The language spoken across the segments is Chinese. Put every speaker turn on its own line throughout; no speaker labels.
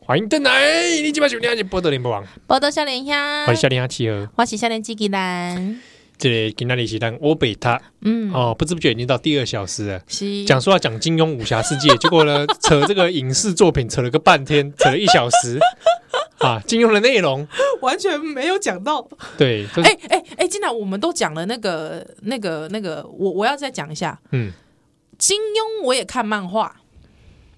欢迎邓来，你今晚收听的是《波德联播网》，
报道笑脸香
我，是夏天阿七儿。
我是笑脸机器人。
这个今天的是咱欧北塔
嗯，
哦，不知不觉已经到第二小时了。
是
讲说要讲金庸武侠世界， 结果呢，扯这个影视作品扯了个半天，扯了一小 时啊！金庸的内容，
完全没有讲到。
对，就是
哎哎哎，竟然我们都讲了那个那个那个，我我要再讲一下
嗯，
金庸，我也看漫画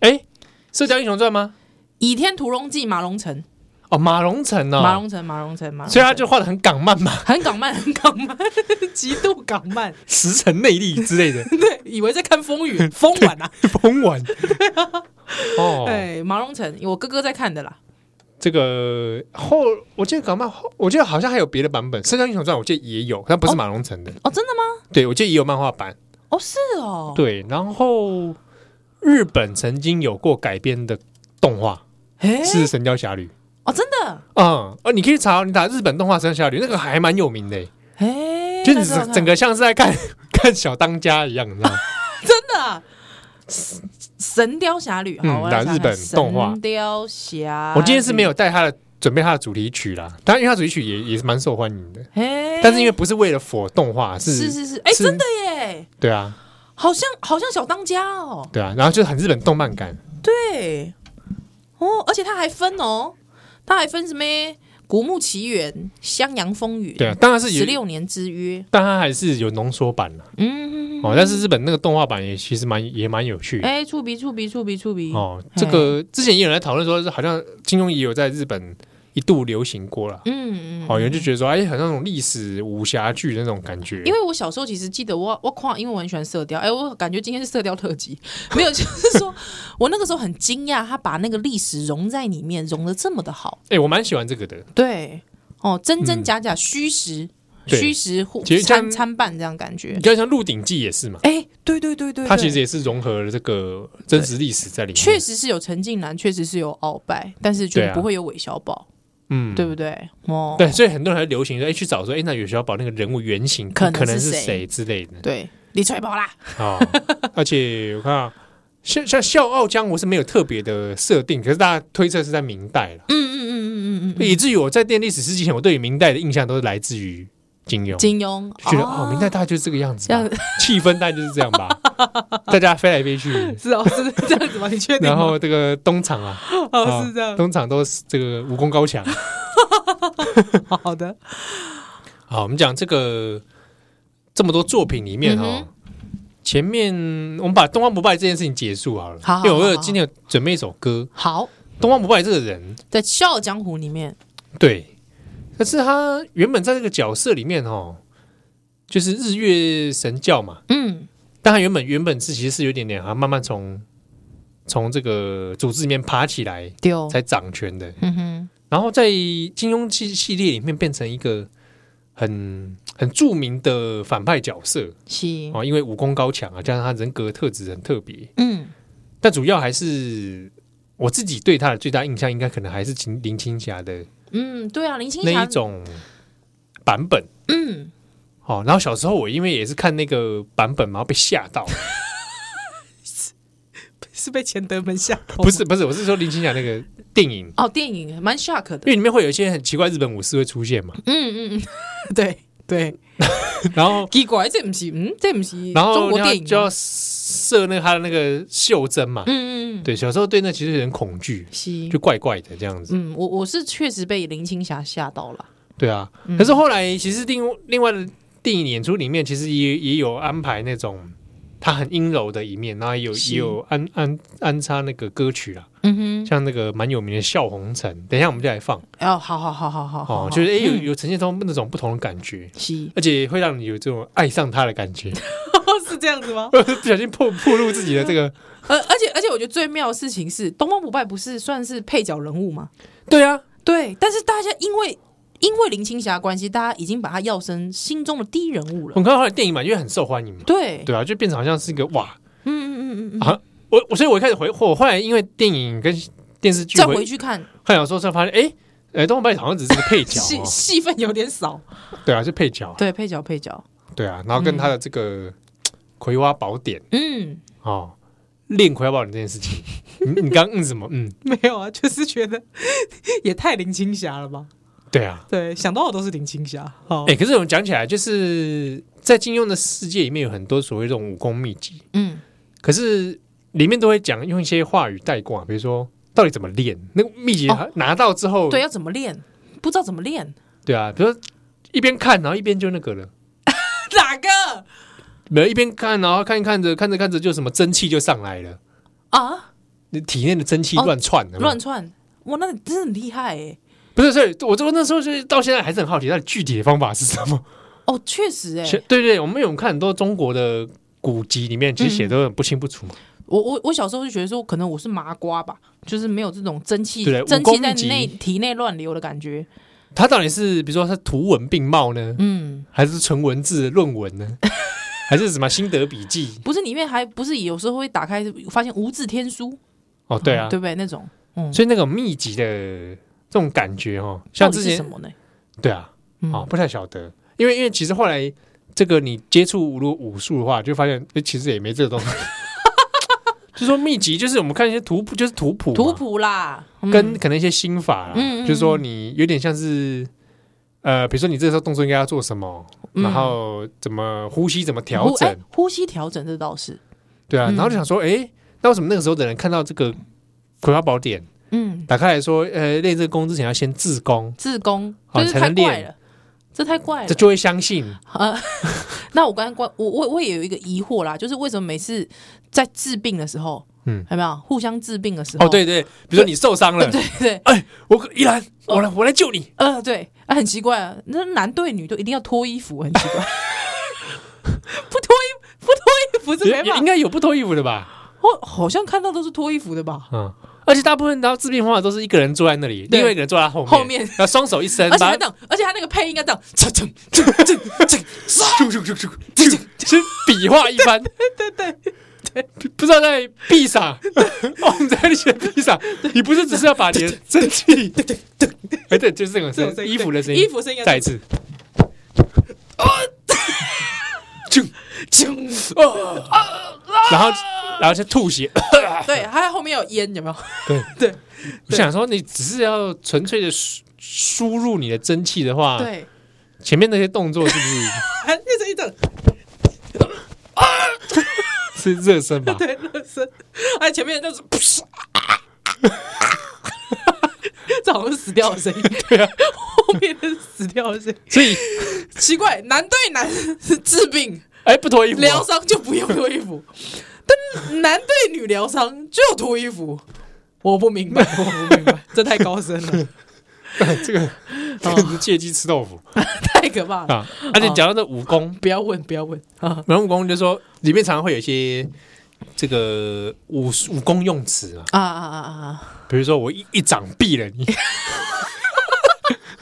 哎、射雕英雄传》吗？
《倚天屠龙记》马龙城，
哦，马龙城哦，
马龙城，马龙城，马龙城，
所以他就画的很港漫嘛，
很港 漫，很港漫，极度港漫。
石城内力之类 的
对，以为在看风雨风晚啊。
疯玩。哦，
对，马龙城，我哥哥在看的啦。
这个后我记得港漫后，我记得好像还有别的版本，《射雕英雄传》我记得也有，但不是马龙城的。
哦，真的吗？
对，我记得也有漫画版。
哦，是哦。
对，然后日本曾经有过改编的动画
哎，
是《神雕侠侣》。
哦，真的。
嗯，哦，你可以查，你打日本动画《神雕侠侣》，那个还蛮有名的欸，
哎，
就是
那时候
整整个像是在看 看小当家一样，你知道吗？
真的啊、神神雕侠侣》好，
嗯
我来
那
想
日本
想
动画
神雕侠》。
我今天是没有带他的准备他的主题曲啦，当然因为他主题曲也也是蛮受欢迎的，
嘿，
但是因为不是为了佛动画，是
是是是，哎、
是
真的耶，
对啊
好像好像小当家哦，
对啊，然后就是很日本动漫感，
对，哦，而且他还分哦，他还分什么《古墓奇缘》《襄阳风云》
对啊，当然是
十
有，
六年之约》。
但它还是有浓缩版啦。
嗯，
哦，但是日本那个动画版也其实蛮也蛮有趣的。
哎、触鼻触鼻触鼻触鼻，
哦，这个之前也有人在讨论说，好像金庸也有在日本一度流行过了。
嗯嗯，
哦，有人就觉得说，哎，很像那种历史武侠剧的那种感觉。
因为我小时候其实记得我我跨，因为我很喜欢射雕，哎、我感觉今天是射雕特辑， 没有，就是说我那个时候很惊讶，他把那个历史融在里面，融的这么 的好，
哎，我蛮喜欢这个的。
对，哦，真真假假，虚实
嗯对
虚实互
其实像
参参半这样感觉
你，看，像《鹿鼎记》也是嘛，
哎、对对对对
它其实
对
也是融合了这个真实历史在里面。
确，实是有陈近南，确实是有鳌拜，但是
对
就
啊
不会有韦小宝，
嗯，
对不对？哦，
对，所以很多人还流行说，哎，去找说，哎，那有小宝那个人物原型
可能
可能是
是谁
谁之类的。
对，李翠宝啦，
哦， 而且我看啊像像《笑傲江湖》是没有特别的设定，可是大家推测是在明代了，
嗯嗯嗯嗯嗯嗯嗯，
以至于我在念历史史之前，我对于明代的印象都是来自于金庸，
金庸，
就觉得哦，明代大概就是这个样子
嗯这
吧
样，
气氛大概就是这样吧，大家飞来飞 去，
是哦，是这样子吗？你确定吗？
然后这个东厂啊，
哦
啊
是这样，
东厂都是这个武功高 强。
好的，
好，我们讲这个这么多作品里
嗯
面哦，前面我们把东方不败这件事情结束好了，
好好
因为我有
好好
今天有准备一首歌，
好。
东方不败这个人，
在《笑傲江湖》里面，
对，可是他原本在这个角色里面哦，就是日月神教嘛，
嗯，
但他原本原本是其实是有点点啊，慢慢从从这个组织里面爬起来
丢，
才掌权的，
哦嗯哼，
然后在金庸系系列里面变成一个很很著名的反派角色
是，
哦，因为武功高强啊，加上他人格特质很特别，
嗯，
但主要还是我自己对他的最大印象，应该可能还是秦林青霞的
嗯，对啊，林青
那
霞
一，种版本。
嗯，
哦，然后小时候我因为也是看那个版本嘛，然后被吓 到，
是被钱德门吓到
不是不是，我是说林青霞那个电影，因
哦，电影蛮 shock 的，
为里面会有一些很奇怪日本武士会出现嘛，
嗯嗯嗯， 对对，
然 后
奇怪，这不是，嗯，这不是
然
中
后
国
你要
电影
就
吗，
要射那个他的那个袖珍嘛，
嗯嗯嗯，
对，小时候对那其实有点恐惧，
是
就，怪怪的这样子，
嗯，我我是确实被林青霞吓到了，
对啊。
嗯
可是后来其实另另外的电影演出里面，其实也也有安排那种他很阴柔的一面，然后也有
是
也有安安安插那个歌曲啦，
嗯
像那个蛮有名的《笑红尘》，等一下我们就来放
哼，哦，好好好好好好，
哦，就是哎有
嗯
有呈现出那种不同的感觉。
是，
而且会让你有这种爱上他的感觉，
是这样子吗？
不小心破破露自己的这 个。
而呃而且而且，我觉得最妙的事情是，东方不败不是算是配角人物吗？
对啊，
对，但是大家因为因为林青霞的关系，大家已经把她要升心中的第一人物
我
了。
们看后来电影嘛，因为很受欢迎嘛，
对，
对啊，就变成好像是一个哇，
嗯嗯嗯嗯嗯，
啊，我我所以我一开始回我后来因为电影跟电视剧
再回去看，
看小说之后发现，哎、哎，东方白好像只是个配角、
戏
哦，
戏份有点少。
对啊，是配角啊，
啊对，配角配角，
对啊，然后跟他的这个《嘖葵花宝典》
嗯，
哦，练葵花宝典这件事 情。你你刚嗯什么？嗯，
没有啊，就是觉得也太林青霞了吧？
对啊。
对，想到的都是林青霞。好，
哎、可是我们讲起来，就是在金庸的世界里面有很多所谓这种武功秘籍，
嗯，
可是里面都会讲用一些话语带过、啊，比如说到底怎么练那个秘籍
哦
拿到之后，
对，要怎么练？不知道怎么练，
对啊，比如说一边看，然后一边就那个了。
哪个
没有一边看，然后看一看着看着看着，就什么蒸汽就上来了，
啊？
你体内的蒸汽
哦
乱窜，有没有
乱窜！哇，那你真的很厉害哎、
不是，所以我就那时候就是到现在还是很好奇，它的具体的方法是什 么？
哦，确实哎、
其 对对，我们有看很多中国的古籍里面，其实写的很不清不楚嘛。
我我我小时候就觉得说，可能我是麻瓜吧，就是没有这种蒸汽
对
蒸
武功
汽
秘
在
籍
内体内乱流的感觉。
它到底是比如说它图文并茂呢，
嗯，
还是纯文字论文 呢，还是什么心得笔记？
不是里面还不是有时候会打开发现无字天书，
哦，对啊
对，不对？那种嗯，
所以那种秘籍的这种感觉哦，像
到底
之
是
前
什么呢？
对啊，
嗯
哦，不太晓得，因为因为其实后来这个你接触如果武术的话，就发现、诶其实也没这个东西。 就说秘籍，就是我们看一些图谱，就是图谱嘛，
图谱啦，嗯
跟可能一些心法啦，
嗯嗯嗯
就是说你有点像是呃，比如说你这时候动作应该要做什么，
嗯
然后怎么呼吸怎么调
呼
整，
哎呼吸调整，这倒是
对啊，
嗯
然后就想说，哎、那为什么那个时候的人看到这个《葵花宝典》
嗯，
打开来说，呃，练这个功之前要先自宫，
自宫，
好
这是
才
太
能
怪
练
了，这太怪了
这。就会相信，
呃，那我刚刚关我我我也有一个疑惑啦，就是为什么每次在治病的时候，嗯
嗯，
有没有互相治病的时候？
哦，对哎对，比如说你受伤了
呃， 对对，
我依然，
哦
我来我来救你，
呃，对，啊，很奇怪啊，那男对女都一定要脱衣服，很奇 怪。不脱衣不脱衣服是
有
没
有
办
应
法，
该有不脱衣服的吧？
我好像看到都是脱衣服的吧？
嗯，而且大部分然后治病方法都是一个人坐在那里，
对
另外一个人坐在他后面，
后面
然后双手一伸，
而且
把他
他这样，而且他那个配音应该这样，
蹭蹭蹭蹭 蹭，咻咻咻咻咻，先比划一 番，对对对。不知道在闭上，哦，你在那里写闭上，你不是只是要把你的蒸汽，哎，对，就是这种
这
声
种声，音
衣服的声音，
衣服声音
再一次，呃 啾啾，哦然后然后就吐血，
对，他后面有烟，有没有？
我想说，你只是要纯粹的输输入你的蒸汽的话，
对，
前面那些动作是 不
还一直一整
是是热身吧？
对热身，哎，前面就是 噗唰，这好像是死掉的声音， 对啊，后面的是死掉的声音，
所以，
奇怪，男对男是治病，
哎，不脱衣服啊，
疗伤就不用脱衣服，但男对女疗伤就要脱衣服。我不明白，我不明白，这太高深 了，
这 个这个是借鸡吃豆腐
太可怕了！
啊！而且讲到这武功，
不要问，不要问啊！
然后武功就说里面常常会有一些这个武武功用词啊，
啊啊啊啊！
比如说我一一掌毙了你，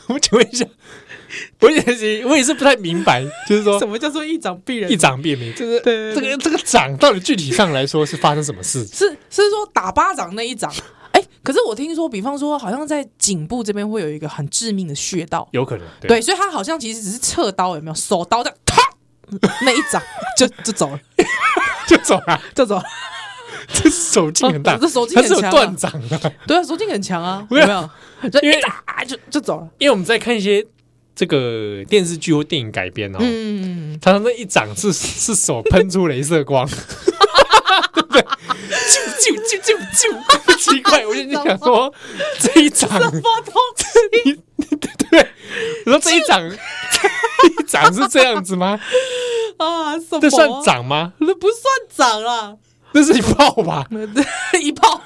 我请问一下，我也是我也是不太明白，就是
什
说
么叫做一掌毙人？
一掌毙命，就是
对对
这
对
个这个掌到底具体上来说是发生什么事？
是是说打巴掌那 一掌？哎，可是我听说，比方说，好像在颈部这边会有一个很致命的穴道，
有可能
对，所以他好像其实只是侧刀，有没有手刀的啪那一 掌就就走了，
就走了，
就走了。
啊这手劲很大，
哦这手劲
它
很
是有
强啊
断掌的。
对啊，手劲很强啊，有
不
没
要
有？就
因为
一打就就走了。
因为我们在看一些这个电视剧或电影改编哦，
嗯，
他那一掌是是手喷出镭射光， 对不对？就就就就就奇怪，我就在想说 这一掌，
发东西，
我说这一掌，这 一掌是这样子吗？
啊，什么啊？
这算掌吗？
那不算涨 啦，
那是一炮吧？
一炮。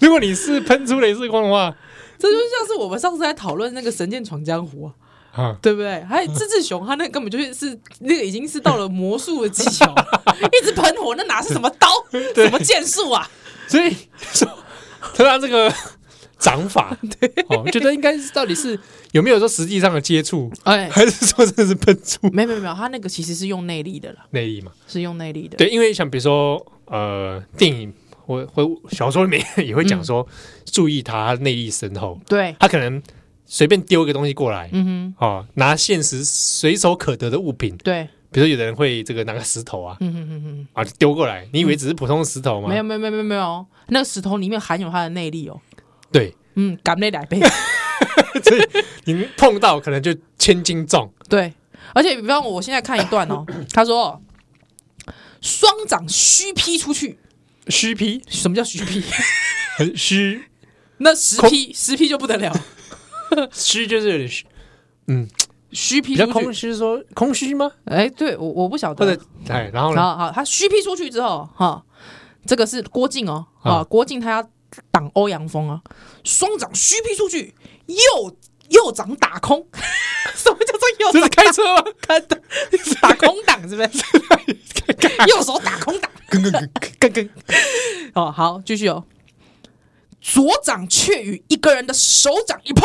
如果你是喷出镭射光的话，
这就像是我们上次在讨论那个《神剑闯江湖》啊，
啊，
对不对？还有志志雄，他那根本就是是那个已经是到了魔术的技 巧，一直喷火，那哪是什么刀，什么剑术啊？
所以说他拿这个掌法，哦，我觉得应该是到底是有没有说实际上的接触，
哎，
还是说这是喷出
没有没有没有，他那个其实是用内力的啦，
内力嘛？
是用内力的。
对，因为像比如说呃，电影或或小说里面也会讲说，注意他内力深厚，
对，
他可能随便丢一个东西过来，
嗯哼，
哦，拿现实随手可得的物品，
对，
比比如说有的人会这个拿个石头啊
嗯嗯嗯
啊丢过来，你以为只是普通的石头吗？
嗯，没有没有没有没有没有，那个石头里面含有它的内力哦。
对，
嗯，感内来杯。
你碰到可能就千斤重，
对，而且比方我现在看一段哦，他说双掌虚劈出去，
虚劈，
什么叫虚劈？
很 虚
那实劈实劈就不得了，
虚就是有点虚，嗯，
虚劈
比较
出
空
去。
虚说，空虚吗？
哎，对我我不晓
或
得
者，哎，然后呢？
好好，他虚劈出去之后，哈，这个是郭靖哦，啊，
啊
郭靖他要挡欧阳锋啊，双掌虚劈出去，右右掌打空， 什么叫做右
这是
掌
开车吗？
打空？打空挡是不是？右手打空挡。
跟跟跟跟跟，
哦，好，继续哦。左掌却与一个人的手掌一碰，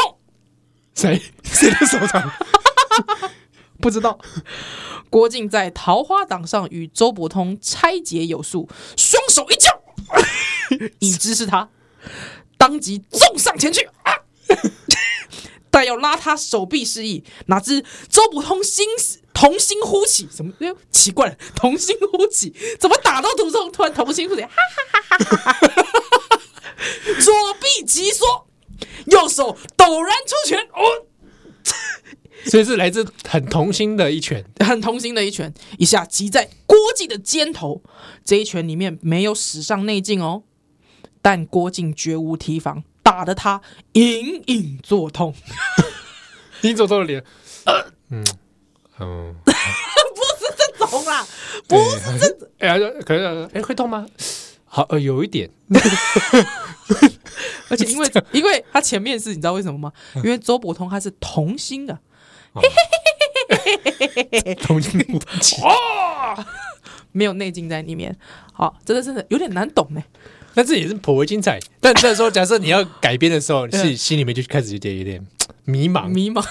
谁 谁的手掌？ 不知道，
郭靖在桃花岛上与周伯通拆解有术，双手一叫，已知是他，当即纵上前去啊！ 但要拉他手臂示意，哪知周伯通心童心忽起，什么？哎呦，奇怪了，童心忽起，怎么打到途中突然童心忽起？哈哈哈哈哈哈！左臂急缩，右手陡然出拳，哦，
所以是来自很童心的一拳，
很童心的一拳，一下击在郭靖的肩头。这一拳里面没有使上内劲哦，但郭靖绝无提防，打得他隐隐作痛。
你走错了脸，
呃
嗯嗯，
这种啦，不
是这，哎呀，可能哎会痛吗？好，呃，有一 点，
而且因为因为他前面是你知道为什么吗？因为周伯通他是童心啊，
童心不 起。
没有内劲在里面。好，真的真的有点难懂呢。
但这也是颇为精彩。但这时候，假设你要改编的时 候，是心里面就开始有点有点迷茫，
迷茫，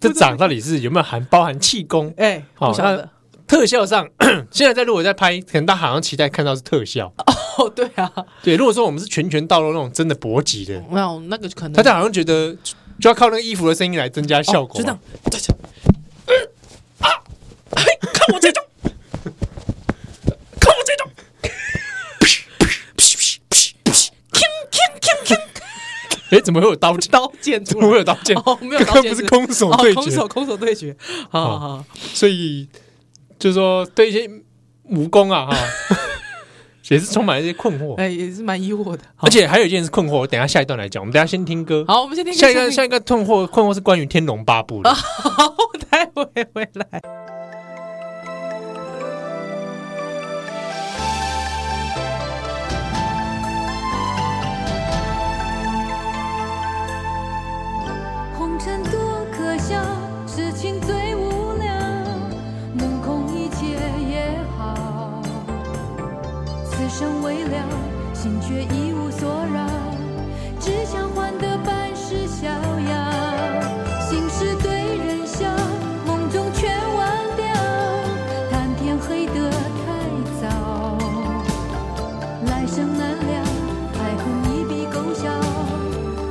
这掌到底是有没有含包含气功？
哎、
好
不晓得。
特效上， 现在在如果在拍，可能大家好像期待看到是特效。
哦，对啊，
对，如果说我们是拳拳到肉那种真的搏击的，
没有那个可能哦
大家好像觉得就要靠那个衣服的声音来增加效果啊
就这
嘛。
样， 对对，呃啊，嘿，看我这招， 看我这招，
哎，怎么会有刀剑？
刀剑出
怎么会
来。
有刀剑？
哦，没有
刚
刀
刚
剑
不是空手
哦
对
空
决
手，空手对决，好好好，
所以就是说对一些武功啊，哈， 也是充满一些困惑。
哎，也是蛮疑惑的。好
而且还有一件事困惑，我等一下下一段来讲。我们等一下先听歌。
好，我们先听啊
下一
歌
个下一个困惑困惑是关于《天龙八部》的。
好， 待会回来。
红尘多可笑，痴情最无聊，目空一切也好。此生未了，心却已无所扰，只想换得半世逍遥。心事对人笑，梦中全忘掉，谈天黑得太早。来生难料，爱恨一笔勾销。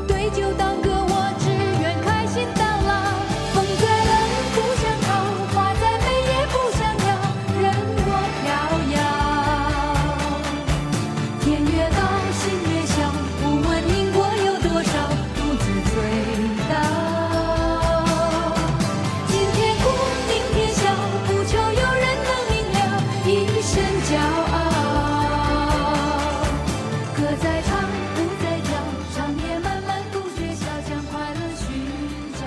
对酒当歌，我只愿开心到老。风再冷不想逃，花再美也不想要，任我飘摇。天越高，心越小，不问因果有多少，独自醉倒。今天哭，明天笑，不求有人能明了，一身骄傲。歌在唱，舞在跳，长夜漫漫不觉晓，将快乐寻找。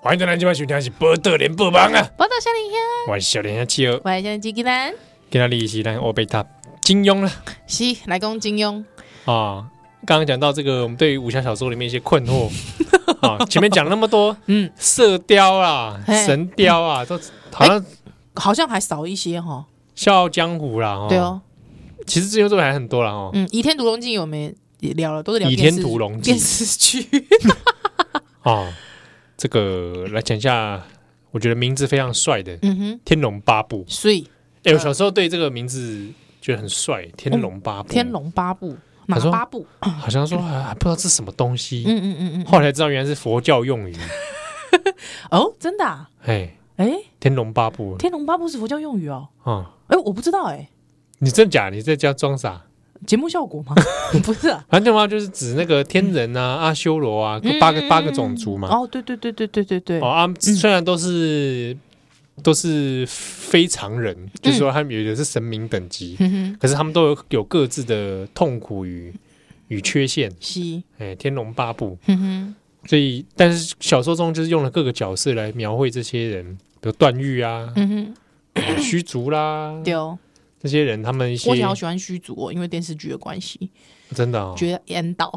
欢迎大家今晚收听的是《波特连播榜》啊，
我到夏令天，
我是小林下七儿，
我是吉吉兰，
今天你是咱欧贝塔金庸了
是来攻金庸，
啊。刚刚讲到这个，我们对于武侠小说里面一些困 惑啊，前面讲那么多
嗯，
射雕啊、
嘿嗯
神雕啊，都好像《
好像还少一些哈。
笑傲江湖》啦，哦
对，哦，
其实金庸作品还很多啦哦。
嗯，《倚天屠龙记》我们也也聊了，都是聊
倚
电视
天屠龙记
电视剧。
啊，这个来讲一下，我觉得名字非常帅的《
嗯哼，
天龙八部》。
所以嗯
哎、我小时候对这个名字觉得很帅，《天龙八部》
《天龙八部》哪
说
八部？嗯
好像说还还不知道这是什么东西，
嗯嗯嗯
后来知道原来是佛教用语，
嗯，哦，真的啊？
哎，
哎，
《天龙八部》
天龙八部是佛教用语哦。
啊，
哎，我不知道哎，
你真假？你在家装傻？
节目 效果吗？不是啊，
反正嘛，就是指那个天人啊、阿修罗啊，各八个八个种族嘛。
哦，对对对对对对对
哦，啊，虽然都是都是非常人，就是说他们有的是神明等级，
哼嗯哼，
可是他们都有有各自的痛苦与与缺陷。
西，
哎，《天龙八部
哼嗯哼，》，
所以但是小说中就是用了各个角色来描绘这些人，比如段誉啊、
嗯哼，
虚竹啦，
对哦。
这些人他们一些
我比较喜欢虚竹、哦，因为电视剧的关系，
真的哦，
觉得演导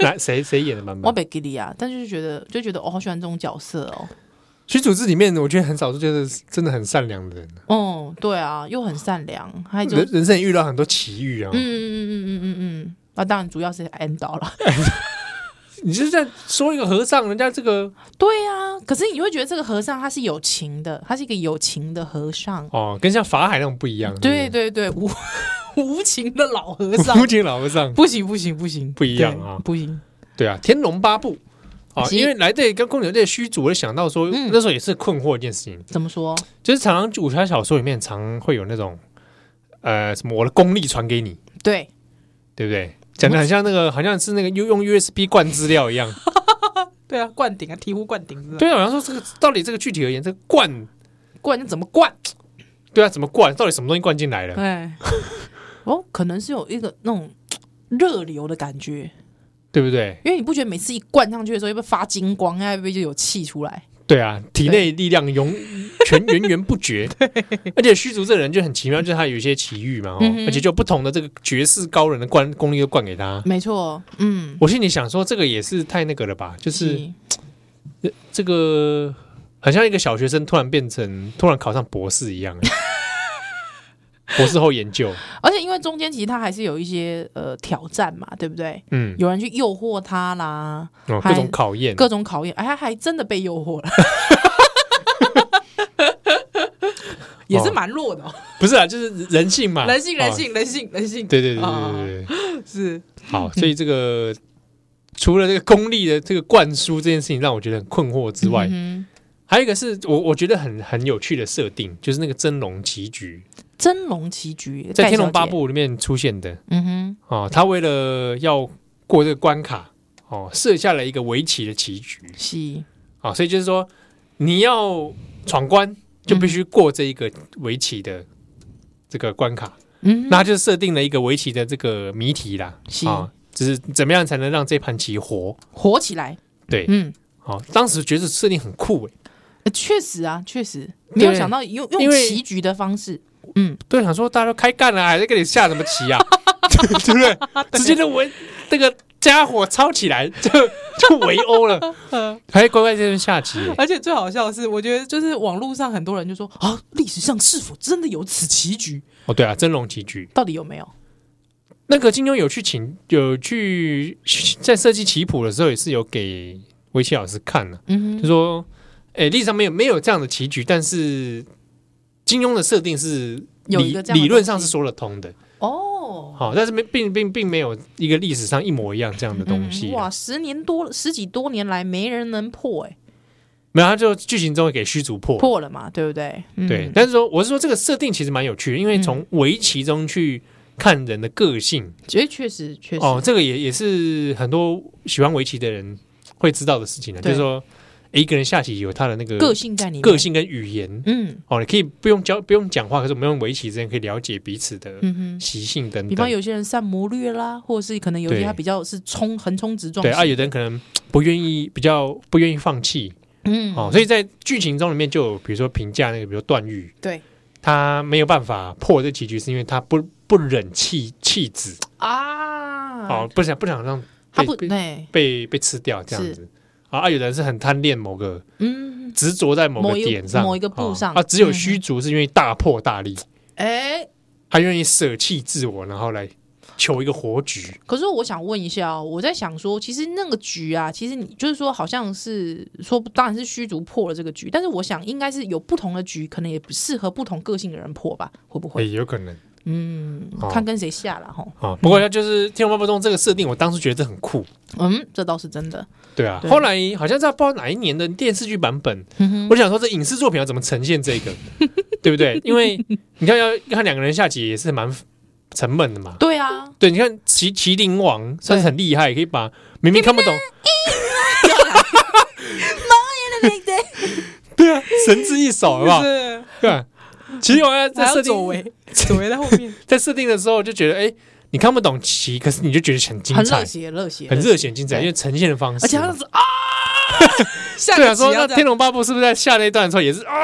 哪谁谁演的版
我
本？
被给力啊，但就是觉得就觉得我、哦、好喜欢这种角色哦。
虚竹这里面，我觉得很少数就是真的很善良的人，
哦，对啊，又很善良，还有一种
人人生也遇到很多奇遇啊。
嗯嗯嗯嗯嗯嗯嗯，那、当然主要是 N 导了。
你就是在说一个和尚，人家这个
对啊，可是你会觉得这个和尚他是有情的，他是一个有情的和尚。
哦，跟像法海那种不一样。
对
是
对对，无 无情的老和
不是，
尚
无，情老和尚。
不行不行不行，
不一样啊
对不行。
对啊，《天龙八部》啊，
是
因为来这里跟公牛这虚竹，我就想到说，
嗯
那时候也是困惑一件事情，
怎么说？
就是常常武侠小说里面常会有那种，呃，什么我的功力传给你，
对，
对不对？讲的很像那个，好像是那个用 USB 灌资料 一样。
对啊，灌顶啊，醍醐灌顶是吧，
对啊，好像说这个到底这个具体而言，这个灌，
灌就怎么灌？
对啊，怎么灌？到底什么东西灌进来了？
对，哦，可能是有一个那种热流的感觉，
对不对？
因为你不觉得每次一灌上去的时候，会不会发金光，会不会就有气出来？
对啊，体内力量永 全源源不绝。而且虚竹这人就很奇妙，就是他有一些奇遇嘛，哦，
嗯哼
而且就有不同的这个绝世高人的灌功力都灌给他。
没错，嗯，
我心里想说，这个也是太那个了吧？就是这个，很像一个小学生突然变成突然考上博士一 样，哎博士后研究，
而且因为中间其实他还是有一些呃挑战嘛，对不对？
嗯，
有人去诱惑他啦，
哦，
还
各种考验，
各种考验，哎，他还真的被诱 惑了，也是蛮弱的、哦，
不是啊，就是人性嘛，
人性，人
哦，
性，人性，人性，
对对对
哦
对对对对，
是，
好，所以这个。除了这个功力的这个灌输这件事情让我觉得很困惑之外，
嗯
还有一个是我我觉得很很有趣的设定，就是那个真龙棋局，
哼、真龙棋局，
在《
盖
天
小
龙八
姐，
部》里面出现的
嗯哼，
哦。他为了要过这个关卡，哦，设下了一个围棋的棋局
是，
啊、哦，所以就是说你要闯关，就必须过这一个围棋的这个关卡。
嗯哼，
那他就设定了一个围棋的这个谜题啦，
是
啊，就是怎么样才能让这盘棋活？
火起来，
对，
嗯。
哦，当时觉得设定很酷诶，
呃确实啊，确实没有
对
想到用
因
用
为
棋局的方式，嗯，
对，想说大家都开干了，还在跟你下什么棋 啊？对不对？直接就围那个家伙抄起来， 就就围殴 了，还乖乖在那边下棋耶。
而且最好笑的是，我觉得就是网络上很多人就说啊，历史上是否真的有此棋局？
哦，对啊，真龙棋局，
到底有没有？
那个金庸有去请有去在设计棋谱的时候，也是有给围棋老师看的、
嗯
就说，哎，历史上没有没有这样的棋局，但是金庸的设定是
有一
理
个这样的
理论上
东
是
西
说得通的，
哦，
好、但是没并并并没有一个历史上一模一样这样的东西啊、
嗯哇，十年多十几多年来没人能破、哎，
没有，他就剧情中会给虚竹破。
破了嘛，对不对？嗯、
对，但是说我是说这个设定其实蛮有趣的，因为从围棋中去看人的个性、
所以确实确实，
哦，这个也也是很多喜欢围棋的人会知道的事情呢。就
对
是说，诶一个人下棋有他的那个
个性在里面，
个，性跟语言、
嗯
哦，你可以不用教不用讲话，可是我们用围棋之间可以了解彼此的
嗯哼。
习性等等。
比方有些人善谋略啦，或者是可能有些
对
他比较是冲横冲直撞
对
型，
啊，有的人可能不愿意，比较不愿意放弃
嗯
哦，所以在剧情中里面就有，比如说评价那个，比如段誉，
对
他没有办法破这棋局，是因为他不不忍气弃子，
啊，
哦，不想不想让
他
被
不
被
对，
被被吃掉这样子。啊，啊有的人是很贪恋某个
嗯，
执着在某个
某一
点上，
某一个步
哦
上嗯
啊，只有虚竹是愿意大破大立，
哎、
他愿意舍弃自我，然后来求一个活局。
可是我想问一下哦，我在想说，其实那个局啊，其实你就是说，好像是说，当然是虚竹破了这个局，但是我想应该是有不同的局，可能也不适合不同个性的人破吧？会不
也
会？
哎有可能，
嗯
哦，
看跟谁下了吼。
啊。不过它就是《天龙八部》中这个设定，我当初觉得这很酷，
嗯，这倒是真的。
对啊。
对
后来好像在不知道哪一年的电视剧版本，
嗯哼哼
我想说这影视作品要怎么呈现 这个，对不对？因为你看要看两个人下棋也是蛮沉闷的嘛。
对啊，
对，你看《麒麒麟王》算是很厉害，可以把明明看不懂， 对啊，神之一手，好不好？
是
对啊。其实我要在
还
设
要左
定
维，左维在后面，
在设定的时候就觉得，哎，你看不懂棋，可是你就觉得很精
很
彩
热，血，热血，
很热血、很精彩，
对
因为呈现的方式。
而且他那 是啊，下
对啊，
个棋
说那
要
《
这
天
样
龙八部》是不是在下那一段的时候也是啊，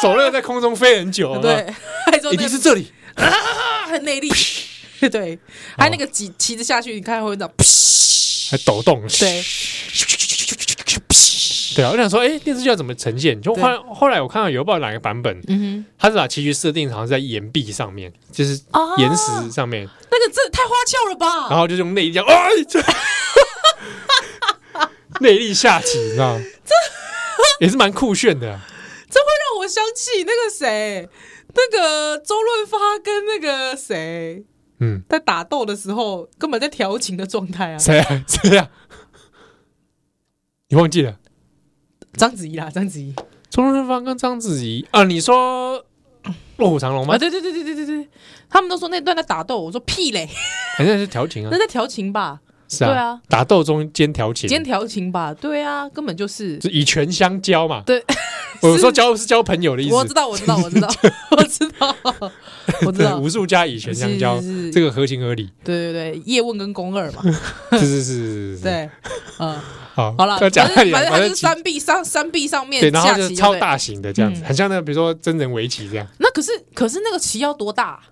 手热在空中飞很久？好不好
对，， 还有
一定是这里。
很内力， 对，还有那个旗旗子下去，你看会长，
还抖动。
对，
对啊，我想说，哎，电视剧要怎么呈现？就后来后来我看到有不知道哪个版本，
嗯
他是把棋局设定好像是在岩壁上面，就是
啊
岩石上面，
哼， 那个这太花俏了
然
吧？
后就用内力这样，哎，这 内力下棋，你知 道吗？也是蛮酷炫的啊，
这会让我想起那个谁，那个周润发跟那个谁
嗯，
在打斗的时候，根本在调情的状态啊，
谁啊谁啊？你忘记了？
章子怡啦，章子怡
周润发跟章子怡啊？你说《卧虎藏龙》吗
啊，？对对对对对对对，他们都说那段在打斗，我说屁嘞，
好像是调情啊
那，在调情吧，
是啊，
对啊
打斗中间调情，
今天调情吧，对啊，根本就是
就以拳相交嘛。
对，
我说 交是交朋友的意思，
我知道，我知道，我 知道，我知道，我知
对，
道
武，术家以拳相交，
是是是
这个合情合 理。
对对对，叶问跟宫二嘛，
是是是是是，
对， 嗯，
好，
好了，
要
反
讲
正
到底，
反正它就是
棋
山壁上山壁上面
对，然后
下
就
棋，
超
对。
大型的这样子，
嗯
很像那个比如说真人围棋这样。
那可是可是那个棋要多大？啊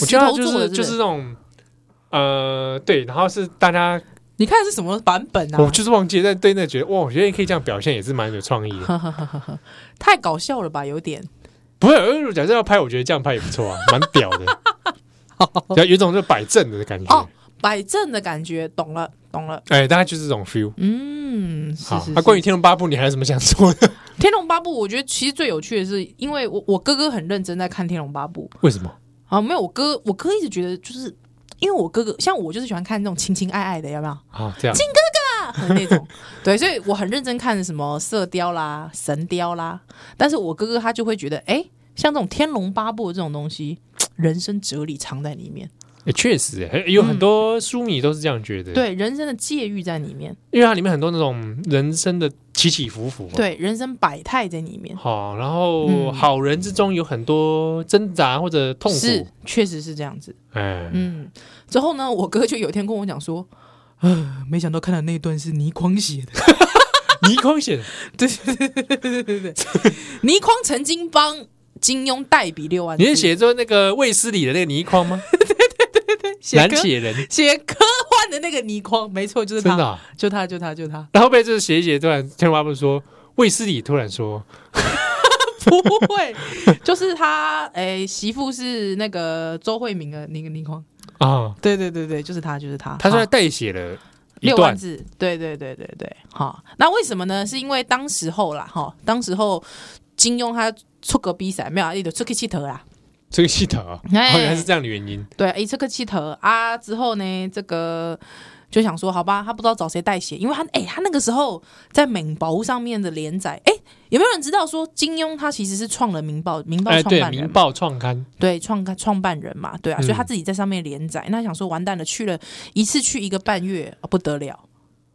我
石
觉得
头
就
做的
是
不
就是那种。呃，对，然后是大家，
你看是什么版本
我
啊？
就是忘记，但对那觉得哇，我觉得可以这样表现，也是蛮有创意的。
太搞笑了吧，有点。
不会，如果假设要拍，我觉得这样拍也不错啊，蛮屌的， 然后有一种就摆正的感觉
哦。摆正的感觉，懂了，懂了。
哎，大概就是这种 feel。
嗯，是
好啊
是，是。
那关于《天龙八部》，你还有什么想说的？
《天龙八部》，我觉得其实最有趣的是，因为我我哥哥很认真在看《天龙八部
为什么？》
啊，没有我哥，我哥一直觉得就是因为我哥哥像我就是喜欢看那种情情爱爱的，有没有？
啊，这样
那种。对，所以我很认真看什么《射雕》啦、《神雕》啦，但是我哥哥他就会觉得，哎、像这种《天龙八部》这种东西，人生哲理藏在里面，
也确实，哎有很多书迷都是这样觉得。，
对，人生的界域在里面，
因为它里面很多那种人生的起起伏伏嘛。，
对，人生百态在里面，
好，然后
嗯
好人之中有很多挣扎或者痛
是
苦。，
确实是这样子。
哎，
嗯，之后呢，我哥就有一天跟我讲说。呃，没想到看的那一段是倪匡写的。
倪匡写的，
倪匡曾经帮金庸代笔六万字，
你是写作那个卫斯理的那个倪匡 吗？
写
男
科
写人，
写科幻的那个倪匡，没错，就是
真
他，
的啊。
就他，就他，就他。
然后被这写一写，突然天龙八部说，卫斯理突然说，
不会，就是他，诶、媳妇是那个周慧敏的那个倪匡，
啊，
对对对对，就是他，就是他，
他虽然
好
代写了一
六
段
万，字，对对对对对，好，那为什么呢？是因为当时候啦，哈，当时候金庸他出个比赛，没有啊，一直出个气头啦，
这个系统啊，
哎
哦原来是这样的原因。
对，一出个气头啊，之后呢，这个。就想说，好吧，他不知道找谁代写，因为他，诶，他那个时候在《明报》上面的连载，诶，有没有人知道说金庸他其实是创了《明报》《明报》
哎，
创
对，《
办人
明
嘛
报》创刊，
对，创刊创办人嘛，对啊，
嗯
所以他自己在上面连载，那想说完蛋了，去了一次去一个半月，啊、不得了，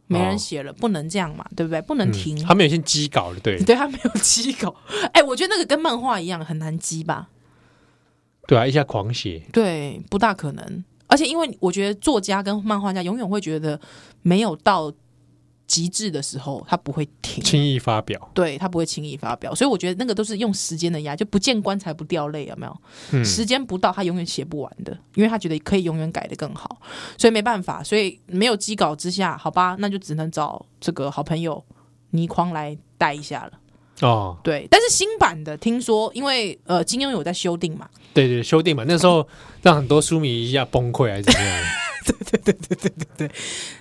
没人写了，不能这样嘛，对不对？不能
嗯
停，
他们有先机稿的，对
对他没有机稿， 哎、我觉得那个跟漫画一样很难激吧？
对啊，一下狂写，
对，不大可能，而且因为我觉得作家跟漫画家永远会觉得没有到极致的时候，他不会停。
轻易发表，
对他不会轻易发表，所以我觉得那个都是用时间的压，就不见棺材不掉泪，有没有？
嗯，
时间不到，他永远写不完的，因为他觉得可以永远改的更好，所以没办法，所以没有机稿之下，好吧，那就只能找这个好朋友倪匡来带一下了。
哦，
对，但是新版的听说，因为呃金庸有在修订嘛，
对对，修订版那时候让很多书迷一下崩溃还是怎么样？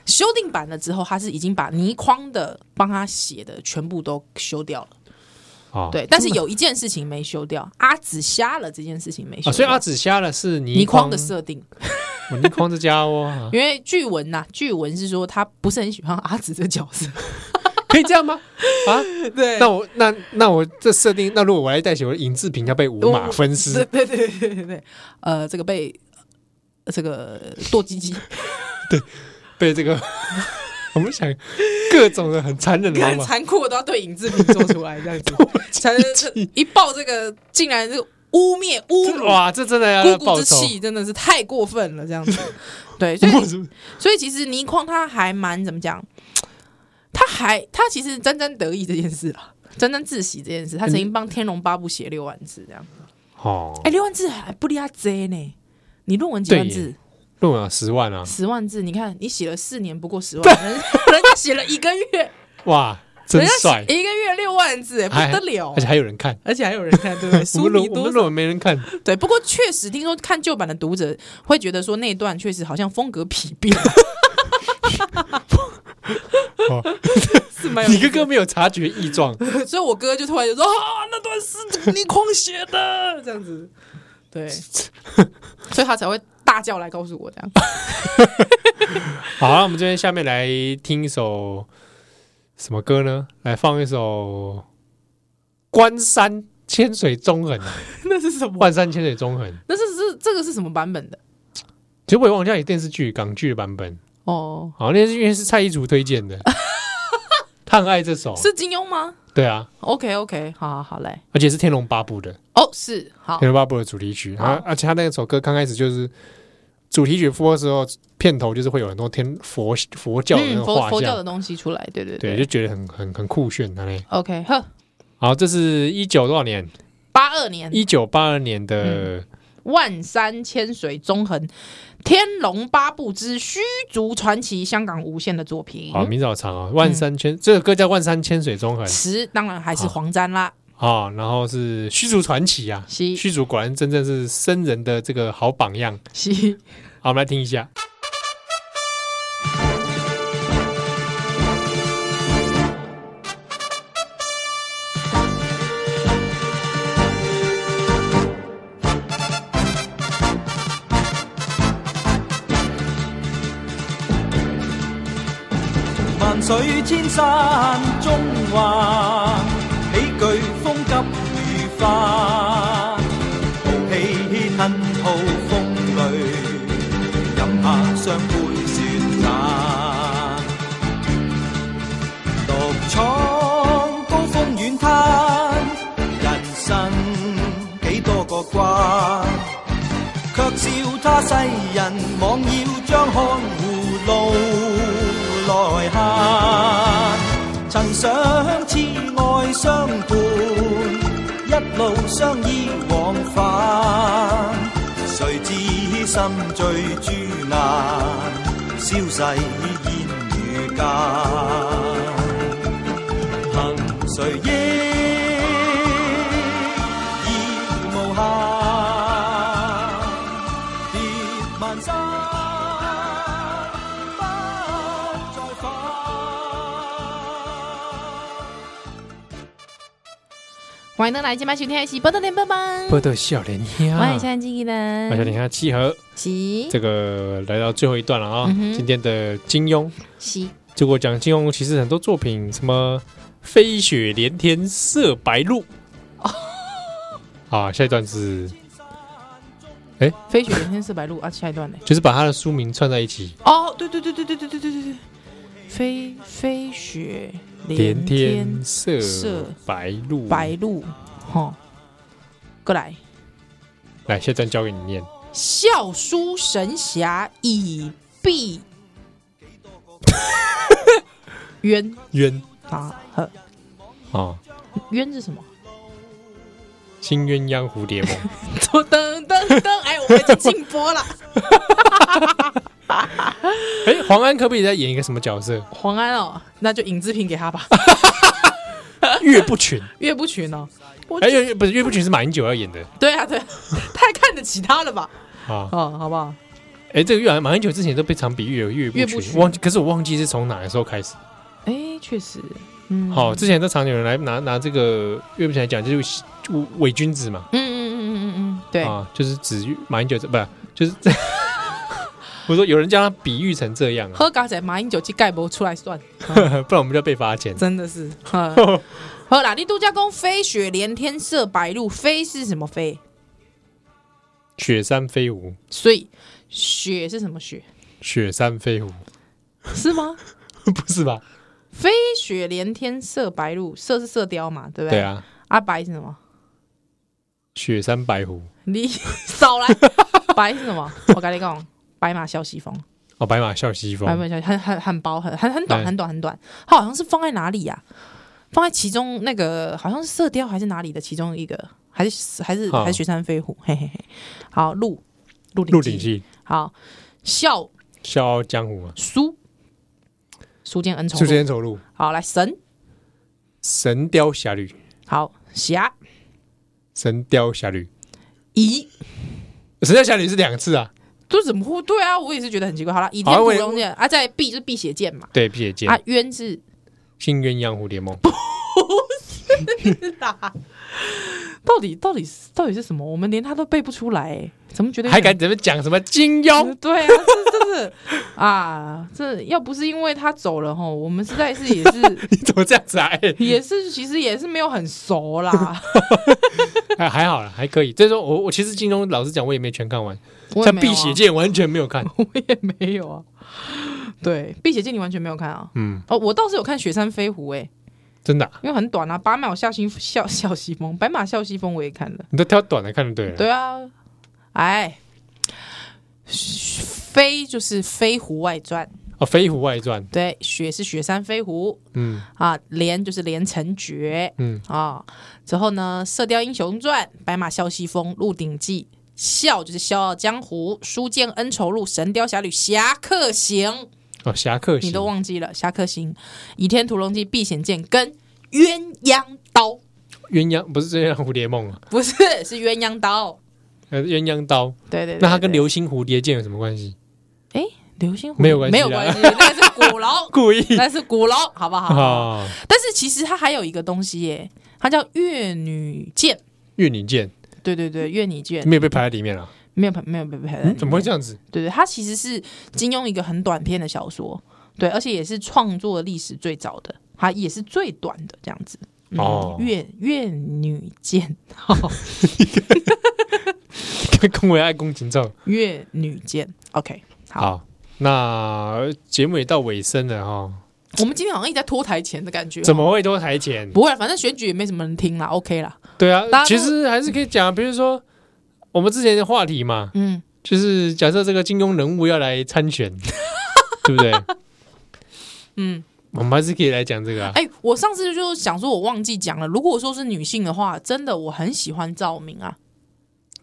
修订版了之后，他是已经把倪匡的帮他写的全部都修掉了，
哦，
对，但是有一件事情没修掉，阿紫瞎了这件事情没修掉、
啊，所以阿紫瞎了是泥
倪匡
匡
的设定，
哦倪匡这家伙啊
因为据闻呐、据闻是说他不是很喜欢阿紫这角色，
可以这样吗？啊，
对
那我那那我这设定，那如果我来代写，我的尹志平要被五马分
哦对
尸，
对对对对对，呃，这个被呃这个剁 鸡鸡，
被这个 我们想各种的很残忍的方
很
法，
残酷的都要对尹志平做出来这样子，才能一爆这个，竟然这个污蔑侮
这
辱。
哇，这真的要
姑
报
姑之
仇。
气真的是太过分了，这样子。对，所以所以其实倪匡他还蛮怎么讲，他还他其实沾沾得意这件事啊，沾沾自喜这件事，他曾经
嗯
帮《天龙八部》写六万字这样，
哦
哎、，六万字还不离他贼呢。你论文几万
对
字？
论文啊十万啊，
十万字，你看你写了四年，不过十万，人 人家写了一个月，
哇， 真
人家
帅
写，一个月六万字，哎，
还
不得了
而且，还有人看。
而且还有人看，对不对？
我
书
们
迷
论我
多
们
少
论文没人看，
对，不过确实听说看旧版的读者会觉得说那一段确实好像风格疲变，
哦，
是蛮有
你哥哥没有察觉异状，
所以我哥就突然就说啊，那段是倪匡写的，这样子， 对，所以他才会大叫来告诉我 这样。
好，那我们这边下面来听一首什么歌呢？来放一首《关山千水中横》啊，
那是什
《
么？
万山千水中横》。
那是是这个是什么版本的？
其实我也忘记它有电视剧港剧的版本，
哦，
好，那是因为是蔡依竹推荐 的，他很爱这首，
是金庸吗
对啊，
？OK OK，好好好嘞。
而且是《天龙八部》的，《
哦，是好
天龙八部》的主题曲，
好
啊，而且他那首歌刚开始就是主题曲播的时候，片头就是会有很多天佛佛教的那
嗯，
个
佛
画
佛教
像
的，东西出来，对对
对，就觉得很很很酷炫，他嘞。
OK，呵，
好，这是一九多少年？
八二年
一九八二年的
嗯万山千水纵横，《天龙八部之虚竹传奇》，香港无线的作品。
啊，名字好长哦，万山
嗯
千这首歌叫《万山千水中横》
词当然还是
好
黄沾啦，
啊，然后是虚竹传奇啊，
是
虚竹果然真正是僧人的这个好榜样。
是
好，我们来听一下。
万水千山中华，喜巨风急雨花，豪气吞吐風雷，飲下雙杯雪盏，獨闖高峰遠灘，人生幾多個關。卻笑他世人妄要將看護路來限。曾想痴愛相伴，一路相依往返，誰知心醉諸難，消逝煙雨間。憑誰憶已無限，別萬山不再返。
欢迎登来今晚收听的是《波多连棒棒》，
波特笑脸呀，
我是夏静怡人，
笑脸呀，七和
是
这个来到最后一段了啊
嗯，哼
今天的金庸。
是
结果讲金庸，其实很多作品什么飞雪连天射白鹿，啊，下一段是
飞雪连天射白鹿啊，下一段呢？
就是把他的书名串在一起，
哦，对对对对对对对对对对，飞飞雪
连
连
天
天
射
射
白鹿。
白鹿，吼，过来。
来，下一段交给你念。
笑书神侠以避冤
冤
啊，呵
啊，
冤是什么？
新鸳鸯蝴蝶梦。
噔噔噔噔，哎，我们已经禁播了。
哎，黄安可不可以再演一个什么角色？
黄安哦，那就尹志平给他 吧。
岳不群。
岳不群哦，我
哎，岳不是岳不群是马英九要演的
对啊对啊， 太看得起他了吧？
啊。
哦，好不好？
哎，这个岳马英九之前都被常比喻为岳
岳
不
不
群，
群
忘记，可是我忘记是从哪个时候开始。
哎，确实，嗯
好、之前都常有人来拿拿这个岳不群来讲，就是伪伪君子嘛，
嗯嗯嗯嗯嗯嗯，对，
啊，就是指马英九这不是就是 我说有人将他比喻成这 样啊，
喝咖仔马英九去盖不出来算，
不然我们就要被罚钱。
真的是。呵好啦，你度假宫飞雪连天射白鹭，飞是什么飞？
雪山飞狐，
所以雪是什么 雪？
雪山飞狐，
是吗？
不是吧？
飞雪连天射白鹭，射是射雕嘛，对不对？
对。啊，
啊，白是什么？
雪山白狐
你少来，白是什么？我跟你讲，白马啸西风，
哦，白马啸西风
白，马啸很很很薄，很很很短，
哎
很短，很短。它好像是放在哪里呀、放在其中那个好像是射雕还是哪里的其中一个，还是还是
好
还是雪山飞狐，嘿嘿嘿。好，鹿鹿
鹿
鼎
鼎
记，
记，
好笑
笑傲江湖嘛，
书书剑恩仇
宿
录，
迁丑鹿，
好来神，
神雕侠侣，
好侠
神雕侠侣，
乙。
神雕侠侣是两次啊，
这怎么会？对啊，我也是觉得很奇怪。好了，倚
好
天屠
我也
龙剑啊，在避就是避邪剑嘛，
对，辟邪剑
啊，冤是
新鸳鸯蝴蝶梦，
到底到底是到底是什么？我们连他都背不出来、欸，怎么觉得有
还
点
敢怎么讲什么金庸？
对啊，这真是啊，这要不是因为他走了吼，我们实在是也 是
你怎么这样子啊？哎
也是，其实也是没有很熟啦。
还啊还好了，还可以。这时候我我其实金庸老实讲，我也没全看完，
我也
像
没有
辟
啊
邪，剑完全没有看。
我也没有啊。对，辟邪剑你完全没有看啊？
嗯，
哦，我倒是有看《雪山飞狐》哎，
真的啊、
因为很短啊，《白马啸西啸啸西风》，《白马啸西风》我也看了。
你都挑短的看就对了。
对啊，哎，飞就是《飞狐外传》，
哦，《飞狐外传》
对，雪是雪山飞狐
嗯
啊，连就是连城诀
嗯，
啊，之后呢，《射雕英雄传》《白马啸西风》《鹿鼎记》。笑就是《笑傲江湖》《书剑恩仇录》《神雕侠侣》《侠客行》，
哦，《侠客行》
你都忘记了《侠客行》《倚天屠龙记》《避险剑》跟《鸳鸯刀》，
鸳鸯不是鸳鸯蝴蝶梦啊，
不是是鸳鸯刀。
呃，鸳鸯刀。
对对对
那它跟
对
流星蝴蝶剑有什么关系？
哎流星蝴蝶
没有关系
没有
啦
关系，那个是古龙，
故意
那是古龙，好不好？
啊，
但是其实它还有一个东西耶，它叫越女剑。
越女剑
对对对，越女剑
没有被排在里面了，啊嗯
没有排没有被排在里面
怎么会这样子？
对对，它其实是金庸一个很短篇的小说，对，而且也是创作历史最早的，它也是最短的这样子。嗯
哦
越越女剑，
恭维爱公情照。
越女剑，OK，好，
好，那节目也到尾声了哈，
我们今天好像一直在拖台前的感觉，
怎么会多台前？
啊不会啊啦？反正选举也没什么人听啦，OK 啦，
对啊
大家，都
其实还是可以讲，比如说我们之前的话题嘛，
嗯，
就是假设这个金庸人物要来参 选，对不对？
嗯，
我们还是可以来讲这个啊。
哎、我上次就想说，我忘记讲了。如果说是女性的话，真的我很喜欢赵敏啊，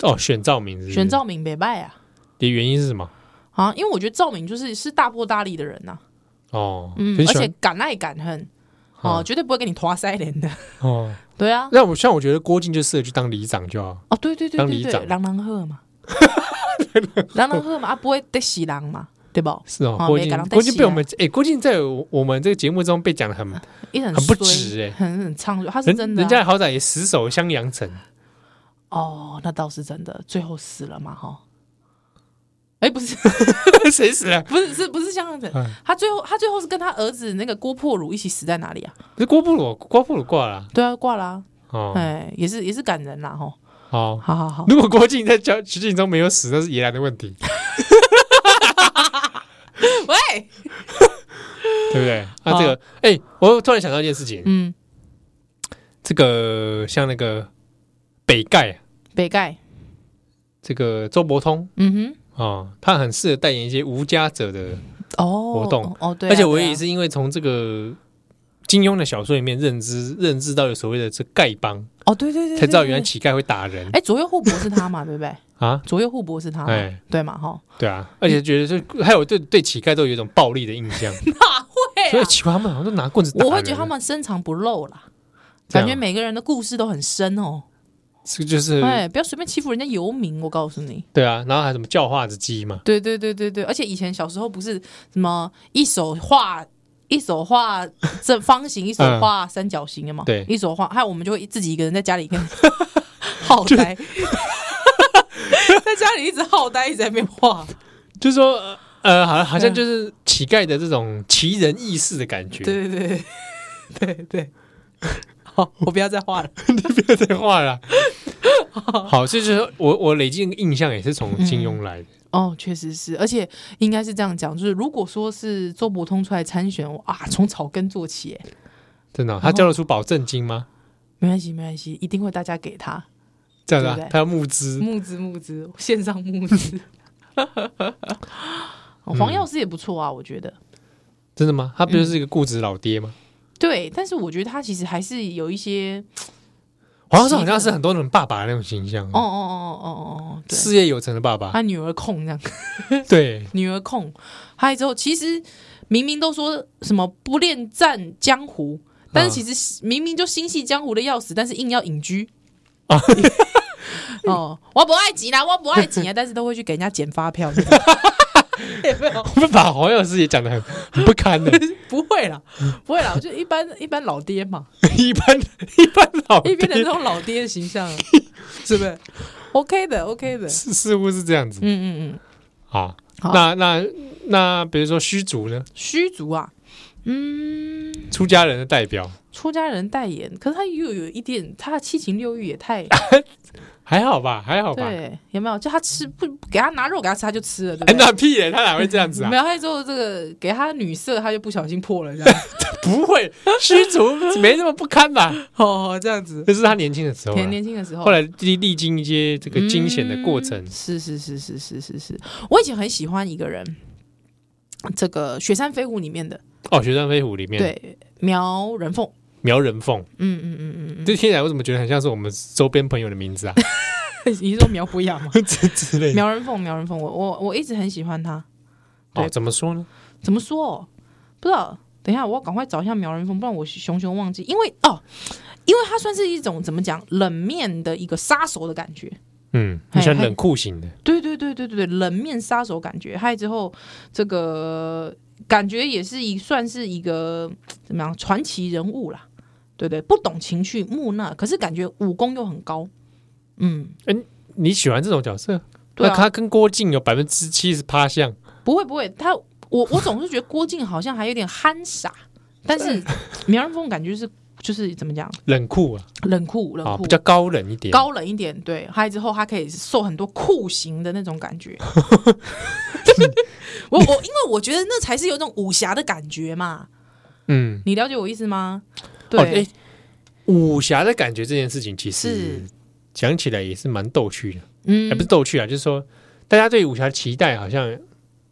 哦，选赵敏是不是
选赵敏北拜啊
的原因是什么？
啊，因为我觉得赵敏就是是大破大立的人呐、
哦，
嗯，
很喜
而且
欢
敢爱敢恨，哦、
哦
绝对不会跟你拖腮脸 的。
哦。
对啊，
那我像我觉得郭靖就适合去当里长就好，
哦，对对对
当
对
里
对，
长
狼狼 鹤嘛，狼狼鹤嘛，啊，不会得喜狼嘛，对不？
是哦
哦。
郭
没
靖
感到，
郭靖
担心
被
啊
我们哎，郭靖在我我们这个节目中被讲的很
一很
很不
衰
值欸
很很唱，他是
人
真的啊、
人家好歹也死守襄阳 城，
哦，那倒是真的，最后死了嘛，哈。哎，不是，
谁死了？
不是，是不是香港人
嗯？
他最后，他最后是跟他儿子那个郭破虏一起死在哪里啊？
是郭布鲁，郭布鲁挂了啊
对啊，挂啦、
哦。
哎、也是也是感人啦，吼，
好，
好好好，
如果郭靖在交实境中没有死，那是野兰的问题， 嗯
喂，
对不对？
好
啊，这个，哎，我突然想到一件事情，
嗯，
这个像那个北丐，
北丐，
这个周伯通
嗯
啊，他很适合代言一些无家者的，
哼，哦，
活动
哦，对啊、
而且我
对啊
也，是因为从这个金庸的小说里面认知认知到有所谓的这丐帮，
哦，对对对对，
才知道
对
原来
对
乞丐会打人
哎，左右互搏是他嘛，对不对？
啊，
左右互搏是他嘛，
哎
对嘛，哈，
对啊，而且觉得就还有对对乞丐都有一种暴力的印象，
对
所以
啊，
奇怪他们好像都拿棍子打人，
我会觉得他们深藏不露
啊
啦，
这样
感觉每个人的故事都很深哦，
这个就是
哎，不要随便欺负人家游民，我告诉你。
对啊，然后还有什么叫化之鸡嘛，
对对对对对，而且以前小时候不是什么一手画一手画正方形，一手画三角形的嘛，
对
一手画，还有我们就会自己一个人在家里 跟好呆， 在家里一直好呆，一直在那边画，
就是说呃呃，好像好像就是乞丐的这种奇人异事的感觉。
对对对对对对，好，我不要再画了，
不要再画了。好，这就是我我累积的印象也是从金庸来的。
哦，确实是，而且应该是这样讲，就是如果说是周伯通出来参选，哇，从草根做起，哎
真的哦、他交得出保证金吗？
没关系没关系，一定会大家给他
这样子、啊，
对不对
他要募资。
募资募资，线上募资。哦黄药师也不错啊，我觉得。
真的吗？他不就是一个固执老爹
嗯
吗？
对，但是我觉得他其实还是有一些，
黄上好像是很多人爸爸的那种形象
哦
哦，
哦哦哦哦哦，对，
事业有成的爸爸。
啊他女儿控这样，
对，
女儿控，还有之后其实明明都说什么不恋战江湖，但是其实明明就心系江湖的要死，但是硬要隐 居
啊。
哦，我不爱急啦，我不爱急啊，但是都会去给人家剪发票， 你知道吗有没有？
我们把黄药师也讲的很很不堪的，
不会啦，不会啦，我觉得一般一般老爹嘛，
一般一般老
一边的
爹
这种老爹的形象， 是不是？OK 的，OK 的，
似似乎是这样子。
嗯嗯嗯，
好，
好
那那那比如说虚竹呢，
虚竹啊，嗯，
出家人的代表，
出家人代言，可是他又有一点，他的七情六欲也 太
还好吧，还好吧。
对，有没有？就他吃不给他拿肉给他吃，他就吃了，对
哎，
不对？
那屁嘞，他哪会这样子啊
没？有，他之后这个给他女色，他就不小心破了，这样
不会，虚 竹没那么不堪吧？
哦，这样子。
这是他年轻的时候啦
年，年轻的时候，
后来历历经一些这个惊险的过程
嗯。是是是是是是是，我以前很喜欢一个人，这个《雪山飞狐》里面的
哦，《血战飞狐》里面，，
对苗人凤，
苗人凤，
嗯嗯嗯嗯
这听起来我怎么觉得很像是我们周边朋友的名字 啊
嗯，你是说苗博雅吗？
之之类的？
苗人凤，苗人凤，我我我一直很喜欢他，
哦，怎么说呢？
怎么说哦？不知道，等一下我要赶快找一下苗人凤，不然我熊熊忘记，因为哦，因为他算是一种怎么讲冷面的一个杀手的感觉。
嗯，
嘿
你喜欢冷酷型的，
对对对对对对，冷面杀手感觉，还有之后这个感觉也是一算是一个怎么样传奇人物啦，对对，不懂情趣木讷，可是感觉武功又很高，嗯，
你喜欢这种角色？
对
那
啊，
他跟郭靖有百分之七十趴像，
不会不会，他我我总是觉得郭靖好像还有点憨傻，但是苗人凤感觉是就是怎么讲
冷酷啊，
冷酷冷
啊，
酷、
比较高冷一点。
高冷一点，对，还有之后他可以受很多酷刑的那种感 觉。我我因为我觉得那才是有一种武侠的感觉嘛，
嗯，
你了解我意思吗？对，
哦，哎，武侠的感觉这件事情，其实
是
讲起来也是蛮逗趣的，
嗯
还不是逗趣啊，就是说大家对武侠的期待好像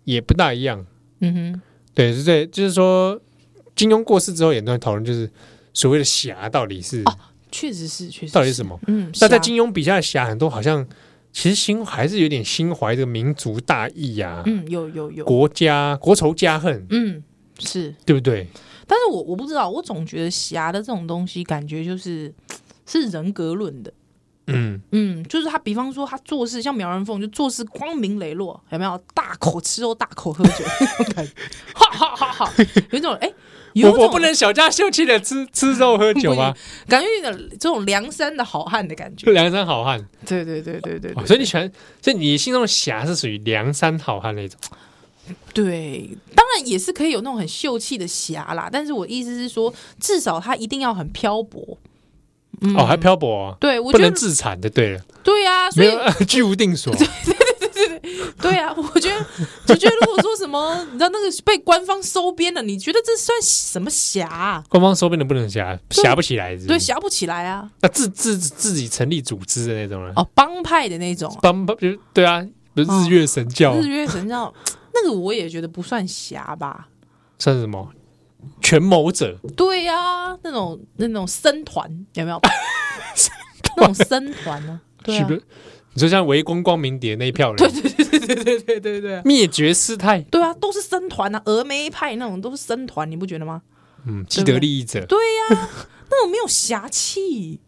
也不大一样。
嗯哼，
对，是对，就是说金庸过世之后，也在讨论，就是所谓的侠到底是、
哦确实是，确实
到底是什么？
嗯，
那在
侠
金庸笔下的侠，很多好像其实心还是有点心怀这个民族大义呀、
嗯有有有，
国家国仇家恨，
嗯是，
对不对？
但是我我不知道，我总觉得侠的这种东西，感觉就是是人格论的。
嗯，
嗯，就是他，比方说他做事像苗人凤，就做事光明磊落，有没有？大口吃肉，大口喝酒， 那种感觉哈哈哈哈，有一种哎，有
我
一
我
种
不能小家秀气的吃吃肉喝 酒啊，
感觉有点这种梁山的好汉的感觉。
就梁山好汉、
对对对对对
哦所以你喜欢，所以你心中的侠是属于梁山好汉那种。
对，当然也是可以有那种很秀气的侠啦，但是我意思是说，至少他一定要很漂泊。嗯
哦，还漂泊、啊，
对，我
不
觉
能
得
自产就对了，
对啊，所
没
以
有 居无定所。
对啊，我觉得就觉得如果说什么， 你知道那个被官方收编了，你觉得这算什么侠啊？
官方收编的不能侠，侠不起来是不是
对，侠不起来啊！
那自自自己成立组织的那种人，
哦，帮派的那种啊，
帮就对啊，不是日月神教、
日月神教那个我也觉得不算侠吧？
算是什么？权谋者
对呀、那种那种僧团有 没有？那种僧团呢、对
是
啊
不，是？你说像围攻光明蝶那一票人，
对对对对对 对对对啊，
灭绝师太，
对啊，都是僧团啊，峨眉派那种都是僧团，你不觉得吗？
嗯，既得利益者，
对呀、那种没有侠气，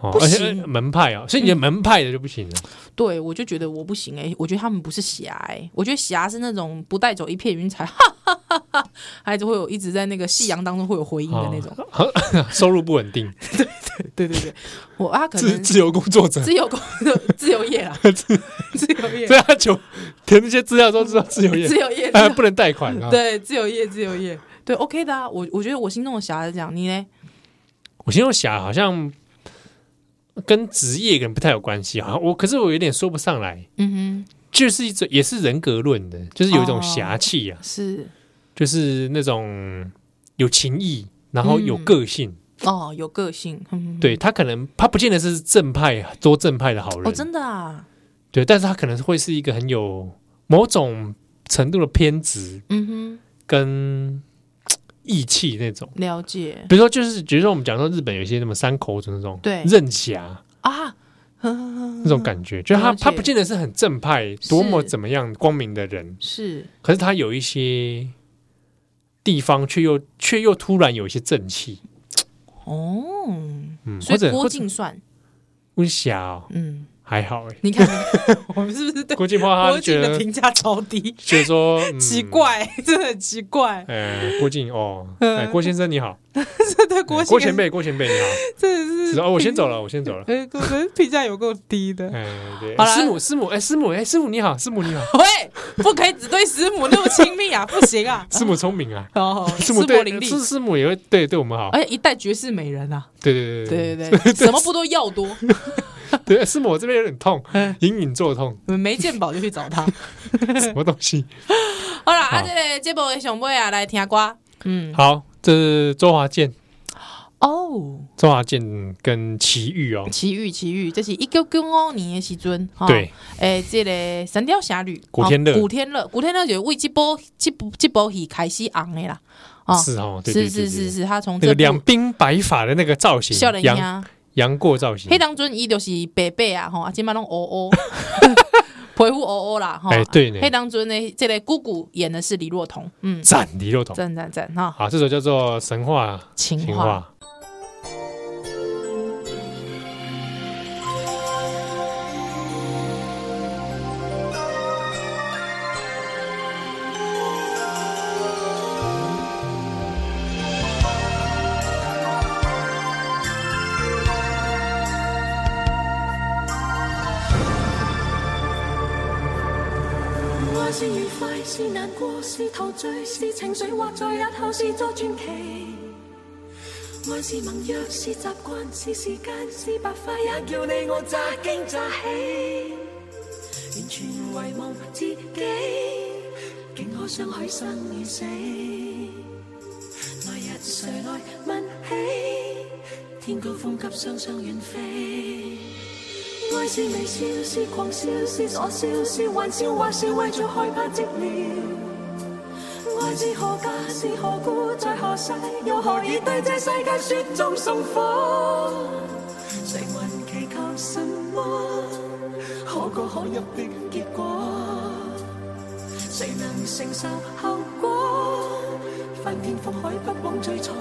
哦
不
而
行嗯
且呃门派啊，所以你的门派的就不行了。
对我欸就觉得欸我不行哎、我觉得他们不是侠哎、我觉得侠是那种不带走一片云彩，哈哈哈哈孩子会有一直在那个夕阳当中会有回音的那种。
哦 收入不稳定，
对对对，我啊可
自
能
自由工作者，
自由工自由业啦，自由 业
所，以他啊就填那些资料都知道自由业
自，由业，
哎，不能贷款 啊。
对自由业，自由业，对 OK 的啊。我我觉得我心中的侠是这样，你呢？
我心中想，好像跟职业可能不太有关系，好像我可是我有点说不上来，
嗯
就是一种也是人格论的，就是有一种
哦
侠气啊，
哼，是
就是那种有情义，然后有
嗯
个性。
哦，有个性，哼哼哼
对他可能他不见得是正派多正派的好人，
哦，真的啊，
对，但是他可能会是一个很有某种程度的偏执
嗯
跟义气那种。
哼，了解
比如说，就是比如说我们讲说日本有一些什么山口组那种
对
任侠
啊，呵呵呵
那种感觉，就是他
了解
他不见得是很正派，多么
是
怎么样光明的人，
是
可是他有一些地方却又却又突然有一些正气，
哦，
嗯，
所
或
以
者
郭
或者
靖算，
温侠哦
嗯，
还好哎，
你看 我们是不是对
郭靖怕
郭
他觉
靖的
得
评价超低？
觉得说、嗯
奇，怪， 真的很奇怪。
呃，郭靖哦，哎，郭先生你好，
这对郭
哎
靖
郭前辈郭前辈你好，
真的是
是哦，我先走了，我先走了。
呃，我觉得评价有够低的。
哎，对，
好啦
师母，师母，哎，师母，哎，师母你好，师母你 好，
喂，不可以只对师母那么亲密啊，不 行啊！
师母聪明啊，
哦，
师
师
母
母
对
伶
师
俐，
师母也会对对我们好，
而且一代绝世美人啊！
对对
哎对
对
对对， 什么不多要多，
对对，师母我这边有点痛，
嗯
隐隐作 痛，
没鉴宝就去 找他。
什么东西？
好啦，
好
啊，这个这波的熊妹啊，来听歌。嗯，
好，这是周华健，
哦，
周华健跟齐豫哦，
奇遇奇遇，这是一九九五年的时阵，哈
对，
诶，这个《神雕侠侣》
古天乐
哦古天乐，古天乐就是为这波这部这波戏开始红的啦。哦，
是哦，对对对
是是
对对
是是，他从
那
这
个
部
两鬓白发的那个造型
少，年
杨
呀，
杨过造型
迄，当阵伊就是白白啊，吼，啊，即摆拢 乌乌， 皮肤乌乌啦，吼。
哎对呢
迄当阵呢，这个姑姑演的是李若彤，嗯，
赞李若彤。
赞赞赞哈，
好，这首叫做《神话
情
情
话。
话》。
爱是愉快，是难过，是陶醉，是情绪，或在日后是作传奇。愛是盟約，是習慣，是時間，是白髮，也叫你我乍驚乍喜。完全遺忘自己，竟可相許生與死。來日誰來問起？天高風急，雙雙遠飛。愛是微笑，是狂笑，是所笑，是玩笑，或是為著害怕寂寥。愛是何價，是何故，在何世，又何以對這世界雪中送火？誰還祈求什麼？可歌可泣的結果。谁能承受後果？翻天覆海不枉最初。